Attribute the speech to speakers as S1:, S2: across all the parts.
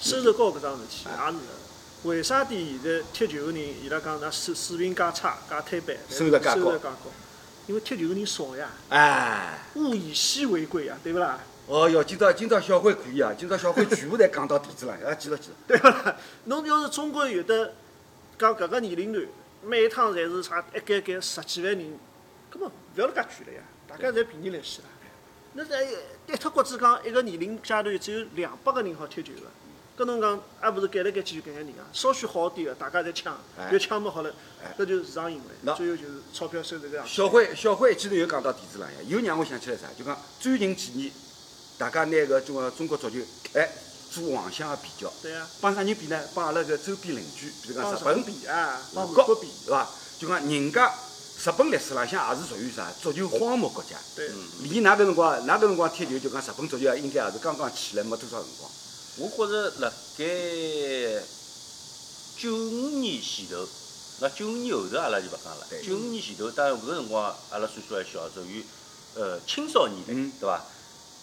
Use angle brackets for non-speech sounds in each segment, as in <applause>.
S1: 收入高搿桩事体也是个。为啥体现在踢球个人，伊拉讲㑚水水平介差、介推板，但是
S2: 收入介高
S1: 收入介高？因为踢球个人少呀，
S2: 哎，
S1: 物以稀为贵呀，对勿啦？
S2: 哦哟，今朝今朝小辉可以啊，今朝小辉全部侪讲到点子了，啊，记了记了。
S1: 对勿啦？侬要是中国有的讲搿个年龄段，每一趟侪是啥一间间十几万人，根本勿要介贵了呀，大家侪便宜来些啦。那在对脱国子讲，一个年龄阶段只有两百个人好踢球个，搿侬讲还勿是改来改去就搿眼人啊？稍许好点个，大家侪抢
S2: 哎，
S1: 越抢么好了
S2: 哎，
S1: 搿就是市场行
S2: 那
S1: 为，最后就是钞票收入搿样子。
S2: 小辉，小辉一记头又讲到点子浪呀，又让我想起来啥？就讲最近几年，大家拿个中国中国足球，哎，做横向个比较，
S1: 对呀、
S2: 帮啥人比呢？帮阿拉个周边邻居，比如讲
S1: 帮
S2: 日
S1: 日
S2: 本
S1: 本比啊，帮
S2: 韩
S1: 韩
S2: 国
S1: 国比，
S2: 是伐？就讲人家日本历史浪向也是属于啥足球荒漠国家。
S1: 对，
S2: 离㑚搿辰光，㑚搿辰光踢球就讲日本足球啊，应该也是刚刚起来没多少辰光。
S3: 我觉着辣盖九五年前头，那九五年后头阿拉就勿讲了
S2: 对。
S3: 九五年前头，当然搿个辰光阿拉岁数还小，属于呃青少年代
S2: 嗯，
S3: 对伐？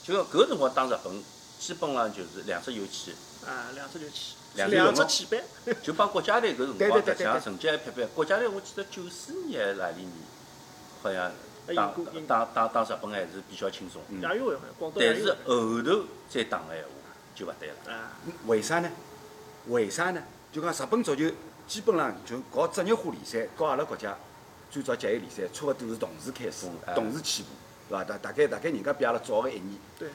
S3: 就讲搿个辰光打日本，基本上就是两只油
S2: <laughs>
S3: 漆，
S1: 啊，两只就起，
S3: 两只
S1: 两
S3: 龙
S1: 只
S3: 哦
S1: 起板，
S3: 就帮国家队搿辰
S2: 对
S3: 光，
S2: 对对对
S3: 实际上成绩还匹配。国家队我记得九四年还是哪里年，好像
S1: 哎
S3: 打
S1: 赢过赢过
S3: 打打打日本还是比较轻松。
S2: 嗯
S1: 亚运会好像广东亚
S3: 但
S1: 运
S3: 是
S1: 会
S3: 后头再打个闲话就勿对了。
S1: 啊。
S2: 为啥呢？为啥呢？就讲日本足球基本上就搞职业化联赛，搞阿拉国家最早职业联赛，差勿多是同时开始
S3: 嗯，哎
S2: 同时起步，对伐？大大概大概人家比阿拉早个一年，
S1: 对，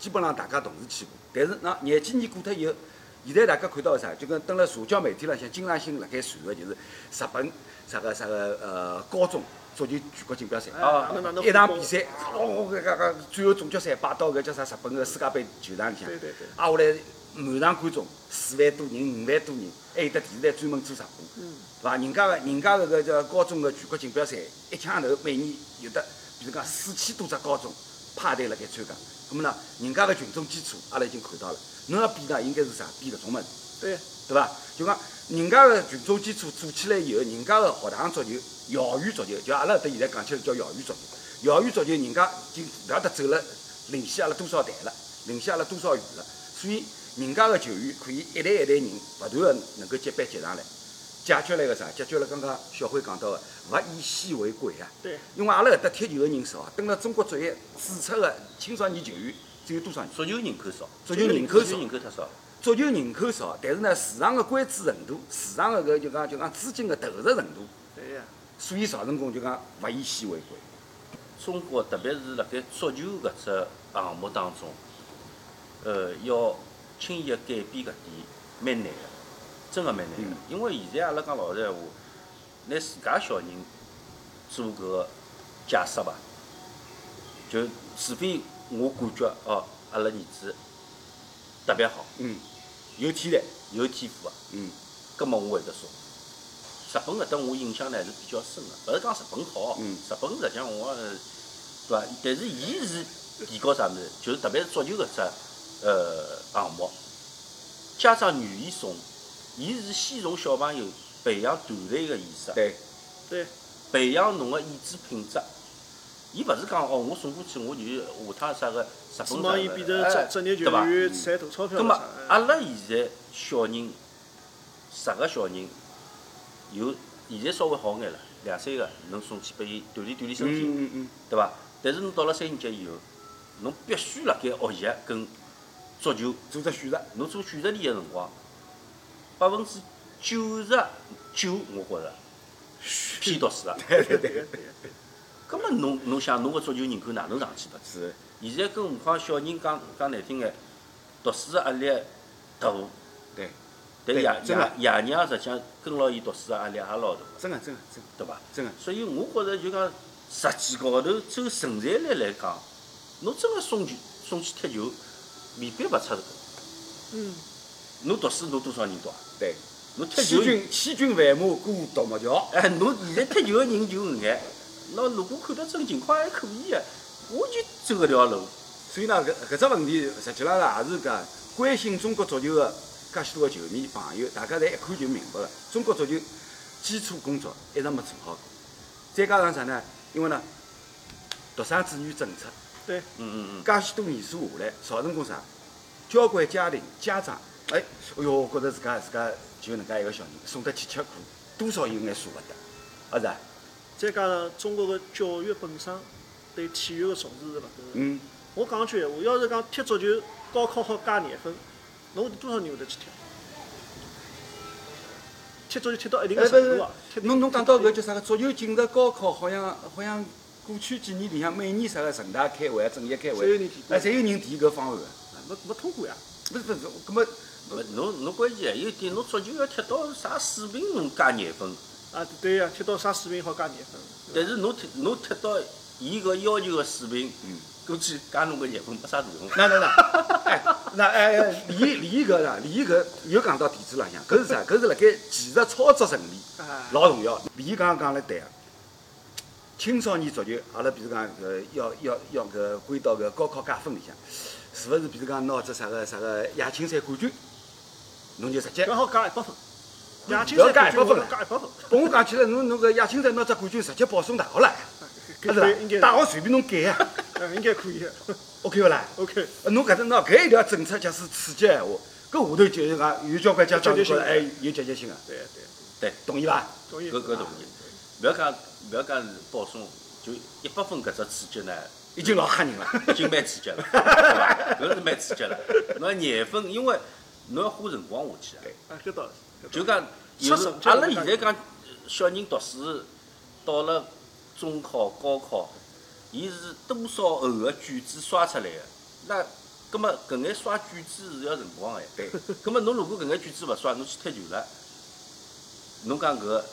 S2: 基本上大家同时起步。但是那廿几年过脱以后，现在大家看到个啥？就跟登了社交媒体浪向经常性辣盖传个，就是日本啥个啥个呃高中足球全国锦标赛。
S3: 啊
S1: 哪能哪能
S2: 哦一场
S1: 分
S2: 比
S1: 工
S2: 赛，哦，搿搿搿最后总决赛摆到搿叫啥日本个世界杯球场里向，
S1: 对对对
S2: 啊，下来满场观众四万多人、五万多人，还有得电视台专门做直播，对伐？人家个人家个搿叫高中个全国锦标赛，一抢头每年有得，比如讲四千多只高中派队辣盖参加，葛末呢，人家个群众基础阿拉已经看到了，侬要比呢，应该是啥？比搿种物事。
S1: 对，
S2: 对伐？就讲人家个群众基础做起来以后，人家个学堂足球、校园足球，就阿拉搿搭现在讲起来叫校园足球。校园足球人家已经勿晓得走了，领先阿拉多少代了，领先阿拉多少远了。所以人家个球员可以一代一代人勿断个能够接班接上来，解决了个啥？解决了刚刚小辉讲到个勿以稀为贵啊。
S1: 对。
S2: 因为阿拉搿搭踢球个人少，等了中国足协注册个青少年球员只有多少人？
S3: 足球人口少，
S2: 足球人口少
S3: 足球人口太少。
S2: 足球人口少，但是呢，市场的关注程度、市场的搿就讲就讲资金的投入程度，
S1: 对呀、
S2: 所以造成讲就讲勿以稀为贵。
S3: 中国特别是辣盖足球搿只项目当中，呃，要轻易地改变搿点蛮难个，真个蛮难
S2: 嗯
S3: 个。因为现在阿拉讲老实闲话，拿自家小人做搿个解释伐，就除非我感觉哦，阿拉儿子特别好，
S2: 嗯，有天才。
S3: 有天赋啊个，
S2: 嗯，
S3: 葛末我会得说。日本搿搭我印象呢是比较深个，勿是讲日本好，
S2: 嗯
S3: 日本实际上我也是对伐？但是伊是提高啥物事？就是特别是足球搿只呃项目，家长愿意送，伊是先从小朋友培养团队个意识，
S2: 对，
S1: 对，
S3: 培养侬个意志品质。伊勿是讲哦，我送过去我就下趟啥个日
S2: 啊
S3: 本
S1: 指望伊
S3: 啥个
S1: 变成
S3: 哎
S1: 职职业球
S3: 对伐
S1: 员赚大钞票
S3: 葛
S1: 了
S3: 末
S1: 啥
S3: 阿
S2: 啊
S1: 哎
S3: 拉现在小人，十个小人，有现在稍微好眼了，两三个能送去拨伊锻炼锻炼身体，
S2: 嗯嗯
S3: 对伐？但是侬到了三年级以后，侬必须辣盖学习跟足球，
S2: 嗯，做只选择。
S3: 侬做选择题个辰光，百分之九十九，我觉着偏读书了。
S2: 对
S1: 对
S2: 对
S1: 对
S2: 对，
S1: 对对
S3: 葛末侬侬想侬个足球人口哪能上去法子？
S2: 是。
S3: 现在更何况小人讲讲难听眼，读书个压力大。
S2: 对，
S3: 但
S2: 对
S3: 爷
S2: 真的
S3: 爷爷娘实际上跟牢伊读书个压力也老大个，
S2: 真个真个真个
S3: 对伐？
S2: 真个。
S3: 所以我觉着就讲实际高头走成才来来讲，侬真个送球送去踢球，未必勿出头。
S1: 嗯，
S3: 侬读书侬多少人读啊？
S2: 对。
S3: 侬踢球
S2: 千，军千军万马过独木桥。
S3: 哎，侬现在踢球个人就搿眼。那如果看到真情况还可以个，我就走搿条路。
S2: 所以呢，搿搿只问题实际浪也是讲关心中国足球的介许多个球迷朋友，大家侪一看就明白了。中国足球基础工作一直没做好，再加上啥呢？因为呢，独生子女政策
S1: 对，
S3: 嗯嗯嗯。
S2: 介许多年数下来，造成功啥？交关家庭家长哎，哎哟，我觉着自家自家就能介一个小人，送得去吃苦，多少有眼舍不得，啊是啊，
S1: 再加上中国个教育本身对体育个重视是勿够的。
S2: 嗯，
S1: 我讲句闲话，要是讲踢足球高考好加廿分，侬多少人会得去踢？踢足球踢到一定
S2: 哎
S1: 个
S2: 不
S1: 程
S2: 是
S1: 度啊，，踢
S2: 侬侬讲到搿叫啥个足球进入高考，好像好像过去几年里向每年啥个人大开会、政协开
S1: 侪有
S2: 会
S1: 人提，
S2: 哎，侪有人提搿方案的，
S1: 没没通过呀。
S2: 不是不是，搿么
S3: 勿侬侬关键还有一点，侬足球要踢到啥水平，侬加廿分。
S1: 啊，对呀，踢到啥水平好加廿分？
S3: 但是侬踢侬踢到伊搿要求个水平，估计加侬个廿分没啥大用。
S2: 那那那，哎，那哎哎，李李搿啦，李搿又讲到底子浪向，搿是啥？搿是辣盖技术操作层面
S1: 啊
S2: 老重要。李刚刚讲了对啊，青少年足球，阿拉比如讲搿要要要搿归到搿高考加分里向，是勿是？比如讲拿只啥个啥个亚青赛冠军，侬就直接
S1: 刚好加一百分，亚青
S2: 不要
S1: 赛
S2: 加
S1: 冠
S2: 一
S1: 军我
S2: 百分
S1: 能加一百分。
S2: 拨我讲起来，侬侬搿亚青赛拿只冠军直接保送大学了，
S1: 搿
S2: 啊
S1: <laughs> 搿应该
S2: 是伐？大学随便侬改啊
S1: 呃应该可以 <laughs> 的。
S2: <laughs> ，OK 勿啦？
S1: OK，
S2: 呃侬搿只喏，搿一条政策假使刺激闲话，搿下头就是讲有交关家长
S1: 有积极
S2: 觉
S1: 性
S2: 着哎有积极性个，
S1: 对对，
S2: 同意伐？
S1: 同意。
S3: 搿搿同意。勿要讲勿要讲是保送，就一百分搿只刺激呢，
S2: 已经老吓人了。
S3: 已经蛮刺激了，对伐搿是蛮刺激了。侬要廿分，因为侬要花辰光下去
S1: 啊，
S3: 啊。
S1: 搿倒是。搿倒是
S3: 就讲，有时候阿拉现在讲，小人读书到了中考、高考，伊是多少厚个卷子刷出来个。那，葛么搿眼刷卷子是要辰光个呀。 <laughs>
S2: 对，
S3: 葛么侬如果搿眼卷子勿刷，侬去踢球了，侬讲搿个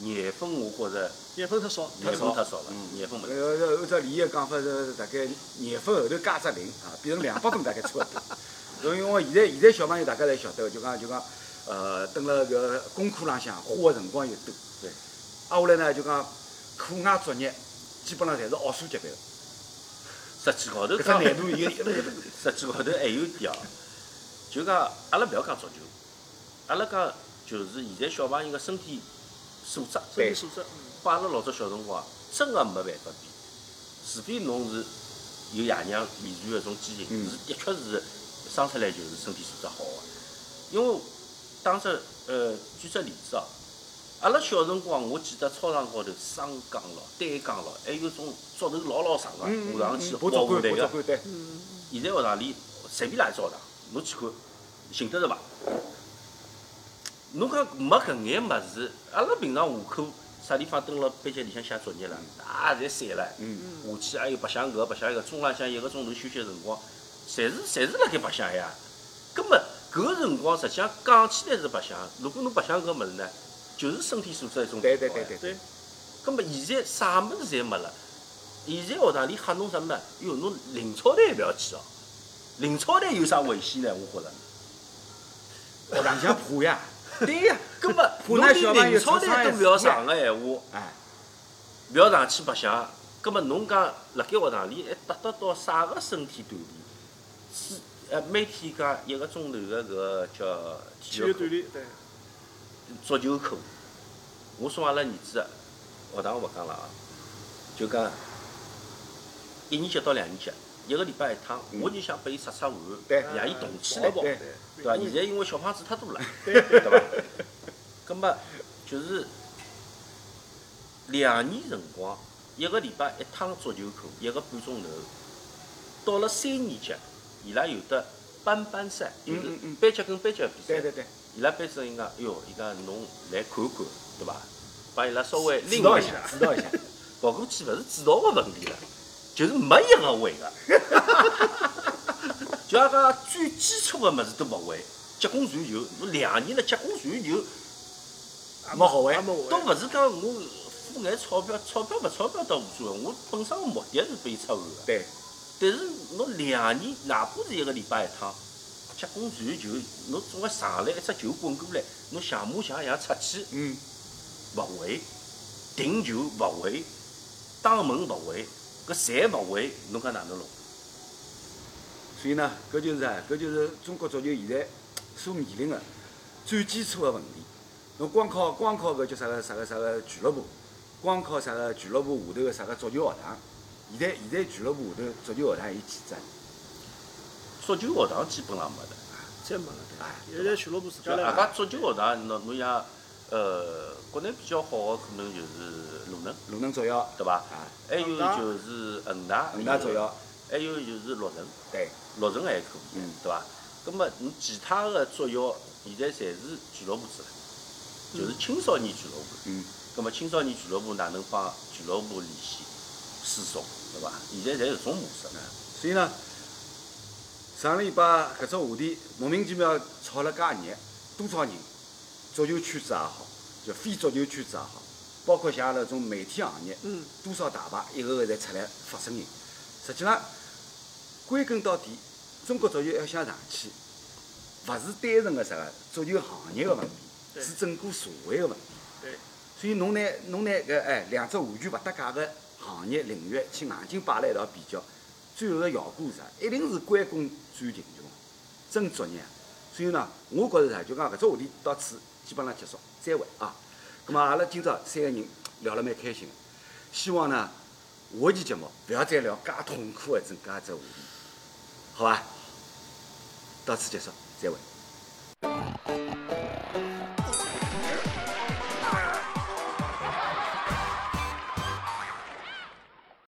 S3: 廿分，我觉着
S1: 廿分太少。
S3: 廿分
S2: 少
S3: 太少了，廿分
S2: <laughs>
S3: 没
S2: 呃，呃按照李毅个讲法是大概廿分后头加只零啊，变成两百分大概差勿 <laughs> 多。所以因为现在现在小朋友大家侪晓得，就讲就讲，呃，蹲辣搿功课浪向花个辰光越多。
S3: 对。
S2: 挨下来呢，就讲课外作业基本上侪是奥数级别个，
S3: 实际高头
S2: 搿
S3: 讲
S2: 只难度有有有。
S3: 实际高头还有一点哦，就讲阿拉勿要讲足球，阿拉讲就是现在小朋友个身体素质，
S1: 身体素质，嗯
S3: 帮阿拉老早小辰光真个没办法比，除非侬是有爷娘遗传搿种基因，
S2: 嗯
S3: 是的确是生出来就是身体素质好个、因为当时呃举只例子哦，阿拉小辰光我记得操场高头双杠咯、单杠咯，还有种竹头老老长个，
S2: 嗯嗯
S3: 下趟去
S2: 嗯，
S3: 跑
S2: 我总
S3: 下
S2: 归
S3: 来
S2: 我
S3: 个
S2: 总。归对。
S3: 现在学堂里随便哪一只学堂，侬去看，寻得着伐？侬讲没搿眼物事，阿拉平常下课啥地方蹲辣班级里向写作业了，啊，侪散了。下
S2: 嗯
S3: 去还有白相搿个白相搿个，中浪向一个钟头休息的辰光，侪是侪是辣盖白相呀。葛末搿个辰光实际上讲起来是白相，如果侬白相搿物事呢，就是身体素质的一种
S2: 对
S3: 提
S2: 对
S3: 高
S2: 对
S3: 呀
S2: <laughs> 对。
S1: 对，
S3: 咁么现在啥物事侪没了，现在学堂里吓侬啥物事？哟，侬领操队勿要去哦，领操队有啥危险呢？我觉着。
S2: 学堂像怕呀，
S3: 对呀，咁啊么
S2: 怕
S3: 侬
S2: 那小朋
S3: 连
S2: 友
S3: 领操队
S2: 受伤
S3: 都勿
S2: 也
S3: 要
S2: 是呀
S3: 上个闲话，
S2: 哎，
S3: 勿要上去白相。咁么侬讲辣盖学堂里还达得到啥个身体锻炼？是呃，每天讲一个钟头个搿个叫体
S1: 体
S3: 育
S1: 育
S3: 课
S1: 锻、炼，对，
S3: 足球课。我送阿拉儿子啊学堂我勿讲了啊，就讲一年级到两年级，一个礼拜一趟，我就想拨伊擦擦汗，
S2: 嗯对
S3: 让伊动起来，
S1: 跑一
S3: 对
S1: 跑
S2: 对
S3: 伐？现在因为小胖子太多
S2: <laughs>
S3: 了，
S1: 对
S3: 对伐？葛末就是两年辰光，一个礼拜一趟足球课，一个半钟头。到了三年级，伊拉有的班班赛，就是
S2: 嗯嗯嗯
S3: 班级跟班级的比
S2: 对。
S3: 赛
S2: 对对，
S3: 伊拉班主任讲，哎哟，伊讲侬来看看，对伐？帮伊拉稍微
S2: 指
S3: 拎
S2: 导
S3: 一
S2: 一
S3: 下哦
S2: 下，，指导一下。
S3: 跑过去勿是指导个问题了，就是没一个会
S2: <laughs>
S3: 个，啊就讲最基础个物事都勿会，结棍传球，侬两年了结棍传球，
S1: 也
S2: 没学会
S1: 也没学
S3: 都
S1: 会。
S3: 勿是讲我付眼钞票，钞票勿钞票倒无所谓，我本身个目的是拨伊出汗个。
S2: 对，
S3: 但是侬两年，哪怕是一个礼拜一趟，结棍传球，侬总归上来一只球滚过来，侬像模像样出去
S2: 嗯，
S3: 勿会，停球勿会，打门勿会，搿侪勿会，侬讲哪能弄？
S2: 所以呢，搿就是啥？搿就是中国足球现在所面临的最基础的问题。侬光靠光靠搿叫啥个啥个啥个俱乐部，光靠啥个俱乐部下头个啥个足球学堂，现在现在俱乐部下头足球学堂有几只？
S3: 足球学堂基本上没得，
S1: 侪没了，对伐
S2: 哎？
S1: 现在俱乐部自
S3: 就
S1: 家来
S3: 阿家
S1: 搞。
S3: 足球学堂，侬侬像呃国内比较好的可能就是鲁能，
S2: 鲁能左右，
S3: 对伐？
S2: 啊，
S3: 还有
S1: 恒大
S3: 就是恒大，
S2: 恒大左右，
S3: 还有就是绿城，
S2: 对，
S3: 绿城还可以，
S2: 嗯
S3: 对伐？葛么你其他的足校现在侪是俱乐部制了，就是青少年俱乐部。
S2: 嗯，
S3: 葛么青少年俱乐部哪能帮俱乐部联系输送，对伐？现在侪是搿种模式。
S2: 所以呢，上礼拜搿只话题莫名其妙炒了介热，多少人，足球圈子也好，就非足球圈子也好，包括像阿拉种媒体行业，
S1: 嗯，
S2: 多少大牌一个个侪出来发声音。实际上，归根到底，中国足球要想上去，勿是单纯个啥个足球行业个问题，
S1: 对
S2: 是整个社会个问题。
S1: 对，
S2: 所以侬拿侬拿搿哎两只完全勿搭界个行业领域去硬劲摆辣一道比较，最后个效果是啥？一定是关公战秦琼，真作孽。所以呢，我觉着啥，就讲搿只话题到此基本上结束，再会啊。咁么阿拉今朝三个人聊了蛮开心个，希望呢下期节目勿要再聊介痛苦个种介只话题，好伐？到此结束，再会。